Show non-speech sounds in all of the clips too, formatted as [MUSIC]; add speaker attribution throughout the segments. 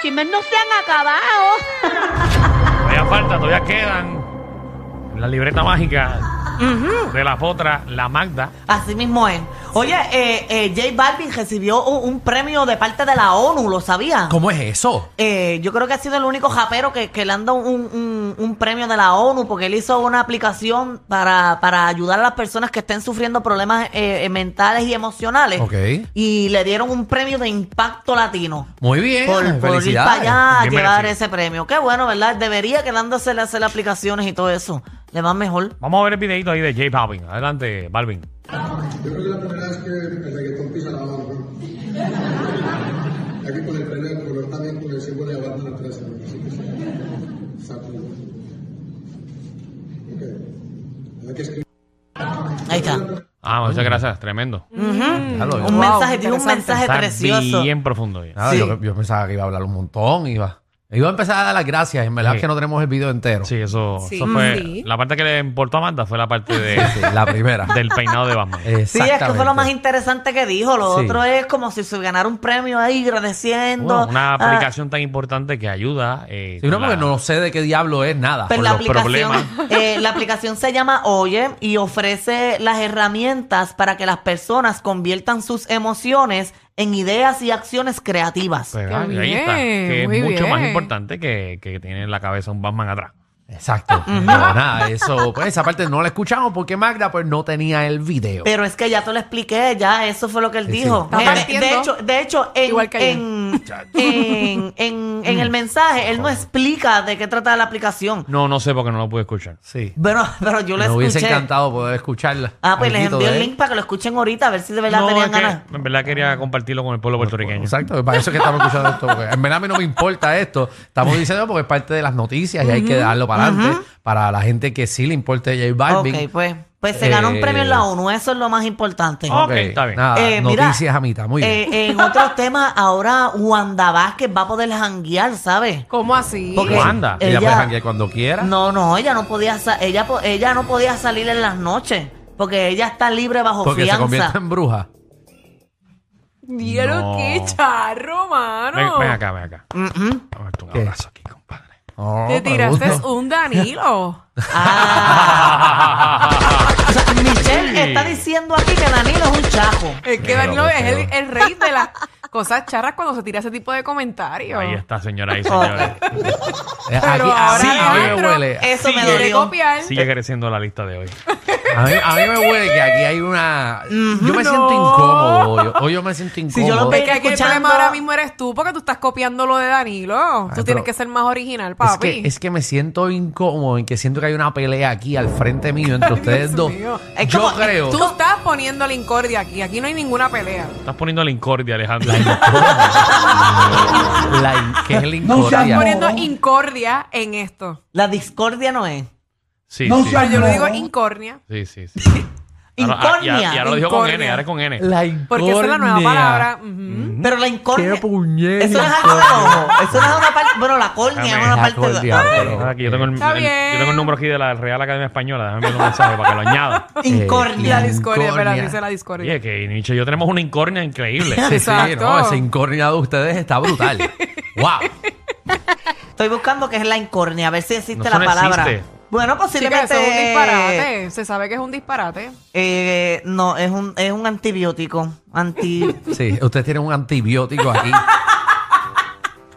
Speaker 1: chismes no se han acabado.
Speaker 2: Todavía falta, todavía quedan. En la libreta mágica de la potra, la Magda.
Speaker 3: Así mismo es. Oye, eh, eh, J Balvin recibió un, un premio de parte de la ONU, ¿lo sabía?
Speaker 4: ¿Cómo es eso?
Speaker 3: Eh, yo creo que ha sido el único japero que, que le han dado un, un- un premio de la ONU porque él hizo una aplicación para, para ayudar a las personas que estén sufriendo problemas eh, eh, mentales y emocionales.
Speaker 4: Ok.
Speaker 3: Y le dieron un premio de impacto latino.
Speaker 4: Muy bien.
Speaker 3: Por, por ir para
Speaker 4: Felicidades.
Speaker 3: allá a
Speaker 2: Bien
Speaker 3: llevar
Speaker 2: merecido.
Speaker 3: ese premio. Qué bueno, ¿verdad? Debería quedándose las las aplicaciones y todo eso. Le va mejor.
Speaker 2: Vamos a ver el videito ahí de J Balvin. Adelante, Balvin.
Speaker 5: Yo creo que la primera vez que el reggaetón pisa la barra. Aquí con el pelo de color también con el símbolo de Batman atrás. ¿no? Así que se- sacude. Ok. Ahora que escribir.
Speaker 3: Ahí está.
Speaker 2: Ah, muchas gracias. Tremendo.
Speaker 4: Déjalo,
Speaker 3: Un
Speaker 4: yo-
Speaker 3: mensaje, tiene un mensaje
Speaker 2: Está
Speaker 3: precioso.
Speaker 2: bien profundo. ya.
Speaker 4: Nada,
Speaker 3: Sí.
Speaker 4: yo, yo pensaba que iba a hablar un montón. Iba, iba a empezar a dar las gracias. En verdad
Speaker 2: Sí.
Speaker 4: es que no tenemos el video entero.
Speaker 2: Sí, eso,
Speaker 1: Sí.
Speaker 2: eso fue...
Speaker 1: Sí.
Speaker 2: La parte que le importó a Magda fue la parte de,
Speaker 1: [LAUGHS]
Speaker 4: Sí, la primera.
Speaker 2: [LAUGHS] del peinado de Batman.
Speaker 3: Sí, es que fue lo más interesante que dijo. Lo
Speaker 4: Sí.
Speaker 3: otro es como si se ganara un premio ahí agradeciendo.
Speaker 2: Bueno, una
Speaker 3: Ah,
Speaker 2: aplicación tan importante que ayuda. eh,
Speaker 4: Sí, no,
Speaker 2: con
Speaker 4: porque
Speaker 2: la-
Speaker 4: no sé de qué diablo es nada.
Speaker 3: pero
Speaker 2: por
Speaker 3: pues la
Speaker 2: los
Speaker 3: aplicación, [LAUGHS] eh, la aplicación se llama Oye y ofrece las herramientas para que las personas conviertan sus emociones en ideas y acciones creativas.
Speaker 2: Pues,
Speaker 1: Qué
Speaker 2: ah, y ahí está.
Speaker 1: bien,
Speaker 2: Que es
Speaker 1: muy
Speaker 2: mucho más
Speaker 1: bien.
Speaker 2: importante que, que tiene en la cabeza un Batman atrás.
Speaker 4: Exacto. No, nada, eso, pues esa parte no la escuchamos porque Magda pues no tenía el video.
Speaker 3: Pero es que ya te lo expliqué, ya eso fue lo que él
Speaker 4: Sí, sí.
Speaker 3: dijo.
Speaker 1: Está
Speaker 3: Eh, de- de,
Speaker 1: partiendo.
Speaker 3: hecho, de hecho, en,
Speaker 1: Igual que ayer.
Speaker 2: [LAUGHS]
Speaker 3: en, en- en- en el
Speaker 2: Mm.
Speaker 3: mensaje, él no explica de qué trata la aplicación.
Speaker 2: No, no sé por qué no lo pude escuchar.
Speaker 4: sí.
Speaker 3: Bueno, [LAUGHS] pero yo lo
Speaker 4: Me
Speaker 3: escuché.
Speaker 4: hubiese encantado ¿eh? poder escucharla.
Speaker 3: Ah, pues les
Speaker 4: Alguito
Speaker 3: envío
Speaker 4: de
Speaker 3: el
Speaker 4: él.
Speaker 3: link para que lo escuchen ahorita, a ver si de verdad
Speaker 2: no,
Speaker 3: tenían
Speaker 2: es que
Speaker 3: ganas.
Speaker 2: en verdad quería compartirlo con el pueblo puertorriqueño.
Speaker 4: Exacto, para eso es que estamos escuchando esto. porque en verdad a mí no me importa esto. Estamos diciendo porque es parte de las noticias y hay que darlo para adelante para la gente que sí le importe J Balvin.
Speaker 3: Ok, pues, pues se ganó un
Speaker 4: Eh,
Speaker 3: premio en la ONU, eso es lo más importante.
Speaker 2: Ok, está bien.
Speaker 4: Nada,
Speaker 3: Eh, mira,
Speaker 4: noticias a mitad, muy bien.
Speaker 3: Eh, en otros temas, ahora Wanda Vázquez va a poder janguear, ¿sabes?
Speaker 1: ¿Cómo así?
Speaker 3: Porque-
Speaker 2: Wanda.
Speaker 3: eh,
Speaker 4: ella puede
Speaker 3: ella-
Speaker 4: janguear cuando quiera.
Speaker 3: No, no, ella no podía, sa- ella, po- ella no podía salir en las noches, porque ella está libre bajo
Speaker 4: porque se
Speaker 3: fianza.
Speaker 4: convierte en bruja.
Speaker 1: Dieron
Speaker 2: No.
Speaker 1: qué charro, mano.
Speaker 2: Ven, ven acá, ven acá.
Speaker 3: Mm-mm.
Speaker 2: A ver, tú un
Speaker 4: ¿Qué?
Speaker 2: abrazo aquí, compadre.
Speaker 4: Oh,
Speaker 1: Te
Speaker 4: me
Speaker 1: tiraste
Speaker 4: gusta.
Speaker 1: un Danilo.
Speaker 3: Ah. O
Speaker 4: [LAUGHS]
Speaker 3: sea, Michelle está diciendo aquí que Danilo es un chajo.
Speaker 1: Es que
Speaker 2: Pero
Speaker 1: Danilo
Speaker 2: qué
Speaker 1: es el,
Speaker 2: feo.
Speaker 1: el rey de las cosas charras cuando se tira ese tipo de comentarios.
Speaker 2: Ahí está, señora y señores.
Speaker 4: Eh, aquí,
Speaker 1: ahora eh.
Speaker 4: sí, a mí me
Speaker 1: Alejandro-
Speaker 4: huele.
Speaker 3: Eso
Speaker 2: Sí,
Speaker 3: me
Speaker 2: yo-
Speaker 1: Quiere
Speaker 3: dolió.
Speaker 1: copiar.
Speaker 2: Sigue creciendo la lista de hoy.
Speaker 4: A mí, a mí me huele que aquí hay una. Yo me siento
Speaker 1: No.
Speaker 4: incómodo. hoy. Hoy yo me siento incómodo.
Speaker 3: yo lo
Speaker 1: Es que aquí el
Speaker 3: Escuchando-
Speaker 1: problema ahora mismo eres tú porque tú estás copiando lo de Danilo. tú
Speaker 4: pero-
Speaker 1: tienes que ser más original,
Speaker 4: Es
Speaker 1: papi.
Speaker 4: que, es que me siento incómodo en que siento que hay una pelea aquí al frente mío
Speaker 1: [LAUGHS]
Speaker 4: entre ustedes dos.
Speaker 3: Es
Speaker 4: Yo
Speaker 3: como-
Speaker 4: creo.
Speaker 1: Tú estás poniendo la incordia aquí. Aquí no hay ninguna pelea.
Speaker 2: Estás poniendo la incordia, Alejandro.
Speaker 4: La in- que es la
Speaker 1: Estás
Speaker 4: incordia.
Speaker 1: poniendo incordia en esto.
Speaker 3: La discordia no es.
Speaker 2: Sí,
Speaker 6: No
Speaker 2: sí.
Speaker 6: seas-
Speaker 1: Yo lo digo incordia.
Speaker 2: Sí, sí, sí. Ahora- ah,
Speaker 3: Incornia.
Speaker 2: Y ahora lo dijo con
Speaker 1: Incornia.
Speaker 2: N, ahora es con N.
Speaker 4: La incordia.
Speaker 1: Porque esa es la nueva palabra. Ujú.
Speaker 3: Pero la incordia.
Speaker 4: Qué puñeta.
Speaker 3: Eso no es algo de ojo. Eso no es una parte. Bueno, la córnea es una
Speaker 4: La
Speaker 3: parte de.
Speaker 4: incordia, pero-
Speaker 2: Ah, aquí yo, tengo el,
Speaker 1: Está
Speaker 2: el-
Speaker 1: bien.
Speaker 2: yo tengo el número aquí de la Real Academia Española. Déjame ver un mensaje para que lo añada.
Speaker 3: Incordia.
Speaker 1: Eh, La discordia,
Speaker 4: Incordia.
Speaker 1: pero dice la discordia.
Speaker 2: Oye, que Nietzsche y yo tenemos una incornia
Speaker 3: [LAUGHS]
Speaker 2: increíble.
Speaker 4: Sí, sí,
Speaker 1: Exacto.
Speaker 4: no, ese incordia de ustedes está brutal.
Speaker 1: [LAUGHS]
Speaker 4: ¡Wow!
Speaker 3: Estoy buscando qué es la incornia, a ver si existe
Speaker 2: No, eso no
Speaker 3: la palabra.
Speaker 2: existe.
Speaker 3: Bueno,
Speaker 1: Chica,
Speaker 3: posiblemente.
Speaker 1: eso es un disparate. Se sabe que es un disparate.
Speaker 3: eh, no, es un, es un antibiótico.
Speaker 1: [LAUGHS]
Speaker 3: Anti.
Speaker 4: Sí, ustedes tienen un antibiótico aquí.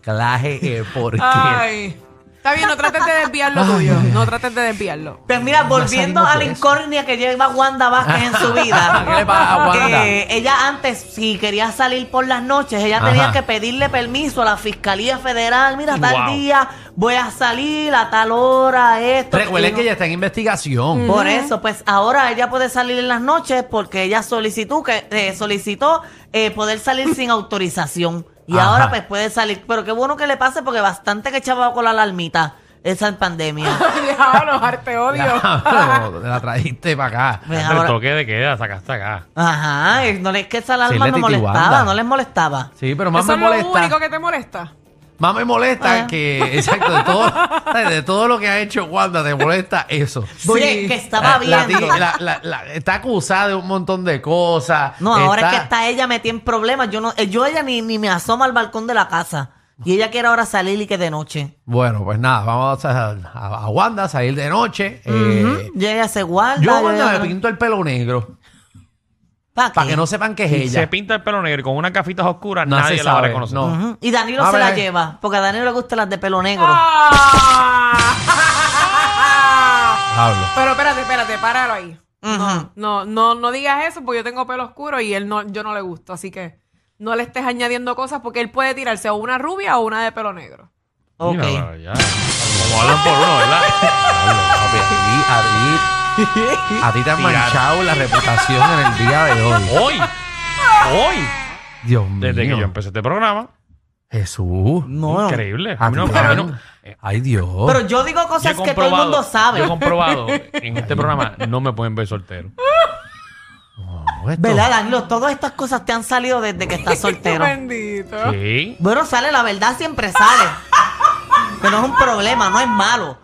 Speaker 4: Claje eh, de porquería.
Speaker 1: Ay. Está bien, no trates de
Speaker 4: [LAUGHS]
Speaker 1: desviar lo tuyo. No trates de desviarlo. [LAUGHS]
Speaker 3: Pues mira, volviendo
Speaker 4: salimos
Speaker 3: a la
Speaker 4: de eso.
Speaker 3: incornia que lleva Wanda Vázquez en su vida.
Speaker 4: Ah,
Speaker 1: [LAUGHS]
Speaker 4: ¿Qué le pasa a Wanda?
Speaker 1: Eh,
Speaker 3: que ella antes, si quería salir por las noches, ella
Speaker 4: Ajá.
Speaker 3: tenía que pedirle permiso a la Fiscalía Federal. Mira, tal
Speaker 2: Wow.
Speaker 3: día voy a salir a tal hora, esto.
Speaker 4: Recuerden
Speaker 1: eh,
Speaker 3: Y-
Speaker 4: que ya está en investigación.
Speaker 1: Mm.
Speaker 3: Por eso, pues ahora ella puede salir en las noches porque ella solicitó que eh, solicitó eh, poder salir
Speaker 4: [LAUGHS]
Speaker 3: sin autorización. Y
Speaker 4: Ajá.
Speaker 3: ahora pues puede salir. Pero qué bueno que le pase porque bastante que echaba con la alarmita esa
Speaker 4: [GASPS]
Speaker 3: pandemia.
Speaker 1: Diablo, arte odio.
Speaker 4: Diablo, [LAUGHS] la trajiste para acá.
Speaker 3: Pues,
Speaker 2: Del
Speaker 3: ahora-
Speaker 2: toque de queda, sacaste acá.
Speaker 3: ajá, eh, no, le- es que esa alarma no
Speaker 4: Silente y
Speaker 3: molestaba,
Speaker 4: Tiwanda.
Speaker 3: no les molestaba.
Speaker 4: Sí, pero más me
Speaker 1: Eso es lo
Speaker 4: molesta.
Speaker 1: único que te molesta.
Speaker 4: Más me molesta
Speaker 3: Ah.
Speaker 4: que, exacto, de todo, ¿sabes? de todo lo que ha hecho Wanda, te molesta eso.
Speaker 3: Oye, que estaba
Speaker 4: La- la
Speaker 3: viendo.
Speaker 4: tía- la- la- la- está acusada de un montón de cosas.
Speaker 3: No, ahora es que está ella metida en problemas. Yo no, eh, yo ella ni, ni me asoma al balcón de la casa. Y ella quiere ahora salir y que de noche.
Speaker 4: Bueno, pues nada, vamos a, a- a Wanda a salir de noche. eh,
Speaker 3: Llega, se guarda.
Speaker 4: Yo a
Speaker 3: llega-
Speaker 4: Wanda me pinto el pelo negro
Speaker 3: ¿Pa'
Speaker 4: para
Speaker 3: qué?
Speaker 4: que no sepan que es
Speaker 2: Si se
Speaker 4: ella.
Speaker 2: pinta el pelo negro y con unas gafitas oscuras,
Speaker 4: No
Speaker 2: nadie
Speaker 4: se
Speaker 2: la va a
Speaker 4: sabe,
Speaker 2: reconocer.
Speaker 4: no.
Speaker 3: Ujú. Y Danilo
Speaker 4: A
Speaker 3: se la
Speaker 4: ver.
Speaker 3: lleva, porque a Danilo le gustan las de pelo negro.
Speaker 1: Ah. [LAUGHS]
Speaker 4: Pablo.
Speaker 1: Pero espérate, espérate, páralo ahí.
Speaker 3: Ujú.
Speaker 1: No, no, no digas eso porque yo tengo pelo oscuro y él no, yo no le gusto, así que no le estés añadiendo cosas porque él puede tirarse o una rubia o una de pelo negro.
Speaker 3: Ok.
Speaker 2: Mira, ya. Como hablan por uno, ¿verdad?
Speaker 4: Pablo,
Speaker 3: [LAUGHS]
Speaker 4: papi, a ti, a ti- a ti te han
Speaker 2: Tirar.
Speaker 4: manchado la reputación en el día de hoy.
Speaker 2: Hoy, hoy,
Speaker 4: Dios mío.
Speaker 2: desde que yo empecé este programa,
Speaker 4: Jesús.
Speaker 3: No.
Speaker 2: increíble. A
Speaker 4: A
Speaker 2: mí no-
Speaker 4: ti,
Speaker 2: a mí
Speaker 4: Pablo.
Speaker 2: no-
Speaker 4: Eh, Ay, Dios.
Speaker 3: Pero yo digo cosas
Speaker 2: yo he
Speaker 3: que todo el
Speaker 2: comprobado-
Speaker 3: mundo
Speaker 2: Yo
Speaker 3: sabe.
Speaker 2: he comprobado en
Speaker 3: [LAUGHS]
Speaker 2: este programa, no me pueden ver soltero.
Speaker 4: No, esto-
Speaker 3: ¿Verdad, Danilo? Todas estas cosas te han salido desde que [LAUGHS] estás soltero.
Speaker 1: [LAUGHS] Bendito.
Speaker 3: Ah.
Speaker 2: Sí.
Speaker 3: bueno, sale, la verdad siempre sale. Que no es un problema, no es malo.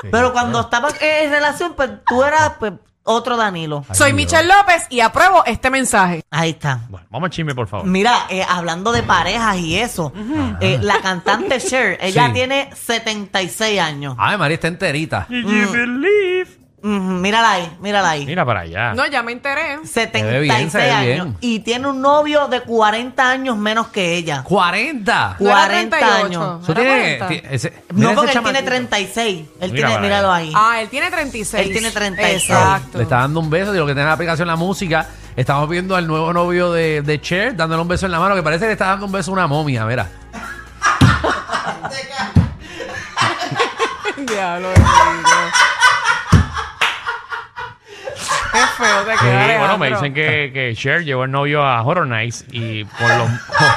Speaker 4: Sí.
Speaker 3: Pero cuando estabas eh, en relación, pues tú eras pues, otro Danilo.
Speaker 4: Ay,
Speaker 1: Soy
Speaker 4: Dios.
Speaker 1: Michelle López y apruebo este mensaje.
Speaker 3: Ahí está.
Speaker 2: Bueno, vamos al chisme, por favor.
Speaker 3: Mira, eh, hablando de parejas y eso, eh, la cantante Cher, ella
Speaker 4: Sí.
Speaker 3: tiene 76 años.
Speaker 4: Ay, María está enterita.
Speaker 2: Did
Speaker 3: Mm.
Speaker 2: you believe?
Speaker 3: Ujú, mírala ahí, mírala ahí.
Speaker 2: Mira para
Speaker 4: Ah.
Speaker 2: allá.
Speaker 1: No, ya me enteré.
Speaker 4: Se ve
Speaker 3: 76
Speaker 4: bien, se ve
Speaker 3: años.
Speaker 4: bien.
Speaker 3: Y tiene un novio de 40 años menos que ella.
Speaker 4: 40.
Speaker 1: No era
Speaker 3: 40
Speaker 1: 38,
Speaker 3: años.
Speaker 4: Eso
Speaker 1: era
Speaker 4: tiene,
Speaker 1: 40.
Speaker 4: ti- ese- mira
Speaker 3: No,
Speaker 4: ese
Speaker 3: porque él
Speaker 4: chamaquito.
Speaker 3: tiene 36. Él
Speaker 2: Mira
Speaker 3: tiene,
Speaker 2: para
Speaker 3: míralo
Speaker 2: allá.
Speaker 3: ahí.
Speaker 1: Ah, él tiene 36.
Speaker 3: Él tiene 36.
Speaker 1: Exacto.
Speaker 4: Le
Speaker 1: [LAUGHS]
Speaker 4: está dando un beso, de lo que tiene la aplicación La Música. Estamos viendo al nuevo novio de, de Cher dándole un beso en la mano, que parece que le está dando un beso a una momia, mira.
Speaker 1: Diablo, bendito. Qué feo te
Speaker 2: Sí,
Speaker 1: queda,
Speaker 2: bueno, me
Speaker 1: Alejandro.
Speaker 2: dicen que, que Cher llevó el novio a Horror Nights y por los,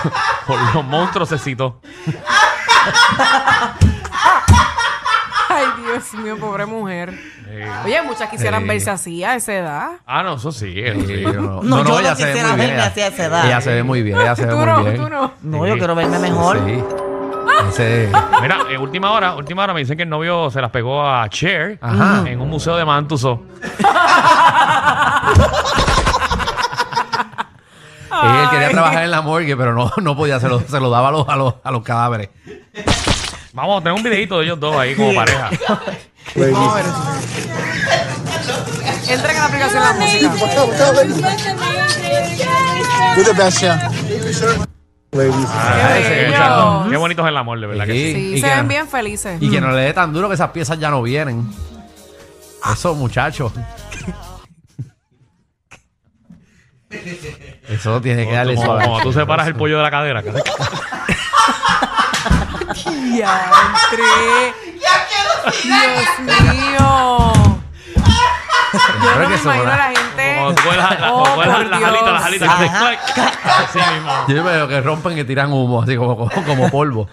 Speaker 2: [LAUGHS] por los monstruos se citó.
Speaker 1: Ay, Dios mío, pobre mujer.
Speaker 2: Eh,
Speaker 1: Oye, muchas quisieran
Speaker 4: Sí.
Speaker 1: verse así a esa edad.
Speaker 2: ah, no, eso sí, eso sí.
Speaker 4: no,
Speaker 3: yo no
Speaker 4: ella se ve
Speaker 3: quisiera
Speaker 4: muy bien,
Speaker 3: verme
Speaker 4: ella-
Speaker 3: así a esa edad.
Speaker 4: Ella se ve muy bien, ella se ve
Speaker 1: Tú
Speaker 4: muy
Speaker 1: no,
Speaker 4: bien.
Speaker 1: tú no.
Speaker 3: No, yo
Speaker 2: Sí.
Speaker 3: quiero verme mejor.
Speaker 4: Sí. Ese-
Speaker 2: Mira, eh, última hora, última hora me dicen que el novio se las pegó a Cher
Speaker 4: Ajá.
Speaker 2: en un museo de Mantuso.
Speaker 4: él quería
Speaker 1: Ay.
Speaker 4: trabajar en la morgue, pero no, no podía, se lo, se lo daba a los, a los, a los cadáveres.
Speaker 2: Vamos a tener un videito de ellos dos ahí como pareja.
Speaker 1: Entra en la aplicación la música.
Speaker 5: You're the best, yeah. Ladies.
Speaker 2: Ah,
Speaker 1: Qué
Speaker 2: se
Speaker 1: bello.
Speaker 2: escuchan. Qué bonito es el amor, de verdad que sí.
Speaker 4: Sí.
Speaker 1: Sí,
Speaker 4: ¿Y
Speaker 1: se
Speaker 4: qué?
Speaker 1: ven bien felices.
Speaker 4: Y que no le dé tan duro que esas piezas ya no vienen.
Speaker 2: Ah.
Speaker 4: Eso, muchachos. Eso tiene que darle
Speaker 2: Como,
Speaker 4: suave.
Speaker 2: como tú separas el pollo de la cadera. que hace-
Speaker 1: Ya entré. Dios mío. Yo
Speaker 4: Pero es
Speaker 1: no
Speaker 4: que
Speaker 1: me
Speaker 4: eso
Speaker 1: imagino a
Speaker 4: no-
Speaker 1: la gente.
Speaker 2: Como tú puedes las, las-
Speaker 1: Oh,
Speaker 2: como puedes
Speaker 1: por
Speaker 2: las alitas, las
Speaker 1: Dios.
Speaker 2: alitas. que
Speaker 3: Ajá.
Speaker 2: se- Así mismo.
Speaker 4: Yo veo que rompen que tiran humo, así como, como, como polvo.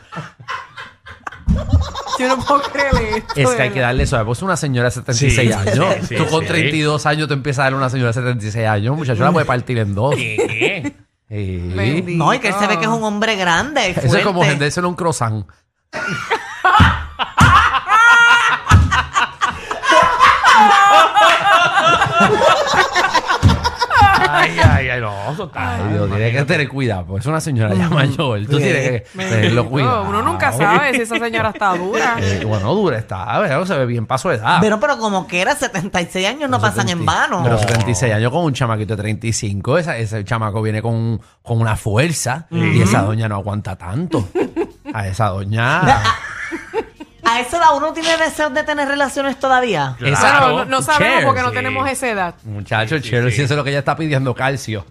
Speaker 1: Yo no puedo creer esto.
Speaker 4: Es
Speaker 1: de
Speaker 4: que hay que
Speaker 1: verdad.
Speaker 4: darle suave. Pues una señora de 76
Speaker 2: Sí,
Speaker 4: años.
Speaker 2: sí,
Speaker 4: tú con
Speaker 2: sí.
Speaker 4: 32 años te empiezas a darle a una señora de 76 años. Muchacho, la puede partir en dos.
Speaker 2: ¿Qué?
Speaker 4: Sí.
Speaker 1: Bendito.
Speaker 3: No, y que él se ve que es un hombre grande.
Speaker 4: Eso es como
Speaker 3: fuerte.
Speaker 4: en un croissant.
Speaker 2: Ay, ay, ay, Ah, no, eso está.
Speaker 4: Ay, Dios, tienes que tener cuidado, porque es una señora ya mayor. Tú tienes que tenerlo
Speaker 1: No,
Speaker 4: cuidado.
Speaker 1: Uno nunca sabe si esa señora está dura.
Speaker 4: Eh, bueno, dura está, ¿verdad? se ve bien paso de edad.
Speaker 3: Pero, pero como que era 76 años, no pasan en
Speaker 4: 70.
Speaker 3: vano.
Speaker 4: Pero 76 años con un chamaquito de 35, esa- ese chamaco viene con, un- con una fuerza y esa doña no aguanta tanto. A esa doña...
Speaker 3: A esa edad uno tiene deseos de tener relaciones todavía.
Speaker 2: Claro.
Speaker 4: Esa
Speaker 1: Claro, no, no sabemos
Speaker 4: Cher,
Speaker 1: porque no
Speaker 2: sí.
Speaker 1: tenemos esa edad. [LAUGHS]
Speaker 4: Muchacho,
Speaker 2: Sí,
Speaker 4: chévere,
Speaker 2: sí.
Speaker 4: si eso es lo que ella está pidiendo, calcio.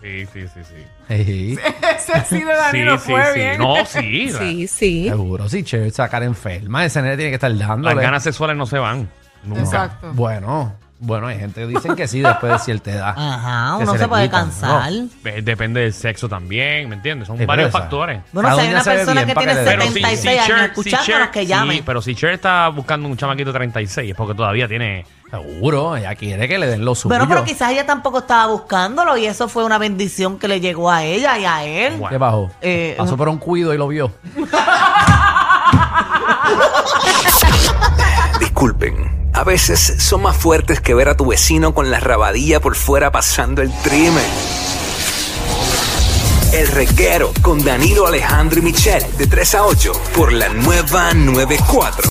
Speaker 2: Sí, sí, sí, sí.
Speaker 4: Ey,
Speaker 1: Ese sí
Speaker 2: Sí,
Speaker 1: de Danilo
Speaker 2: sí,
Speaker 1: fue
Speaker 2: sí.
Speaker 1: bien.
Speaker 2: No, sí. la-
Speaker 1: sí.
Speaker 4: Seguro, sí, chévere, sacar enferma. Ese nene tiene que estar
Speaker 2: Las
Speaker 4: dándole.
Speaker 2: ganas sexuales no se van. Nunca.
Speaker 1: Exacto.
Speaker 4: Bueno, bueno, hay gente que dicen que sí después de cierta edad.
Speaker 3: Ah. Ajá,
Speaker 4: que
Speaker 3: uno se,
Speaker 4: le
Speaker 3: puede
Speaker 4: quitan,
Speaker 3: cansar.
Speaker 4: ¿no?
Speaker 2: Eh, Depende del sexo también, ¿me entiendes? Son
Speaker 4: Sí,
Speaker 2: varios
Speaker 4: pero esa-
Speaker 2: factores.
Speaker 3: Bueno,
Speaker 4: La
Speaker 3: si hay
Speaker 4: doña
Speaker 3: una
Speaker 4: se ve
Speaker 3: persona
Speaker 4: bien,
Speaker 3: que
Speaker 4: pa' que
Speaker 3: tiene
Speaker 4: le dé. Pero si-
Speaker 3: 76 años, escuchándonos que llamen.
Speaker 2: sí, pero si Cher está buscando un chamaquito de 36 es porque todavía tiene...
Speaker 4: Seguro, ella quiere que le den lo suyo.
Speaker 3: Bueno, pero quizás ella tampoco estaba buscándolo y eso fue una bendición que le llegó a ella y a él.
Speaker 2: Bueno.
Speaker 4: ¿Qué bajó?
Speaker 3: Eh,
Speaker 4: Pasó por un cuido y lo vio.
Speaker 6: Disculpen, a veces son más fuertes que ver a tu vecino con la rabadilla por fuera pasando el trimen. El reguero con Danilo Alejandro y Michel de 3 a 8 por la nueva 94.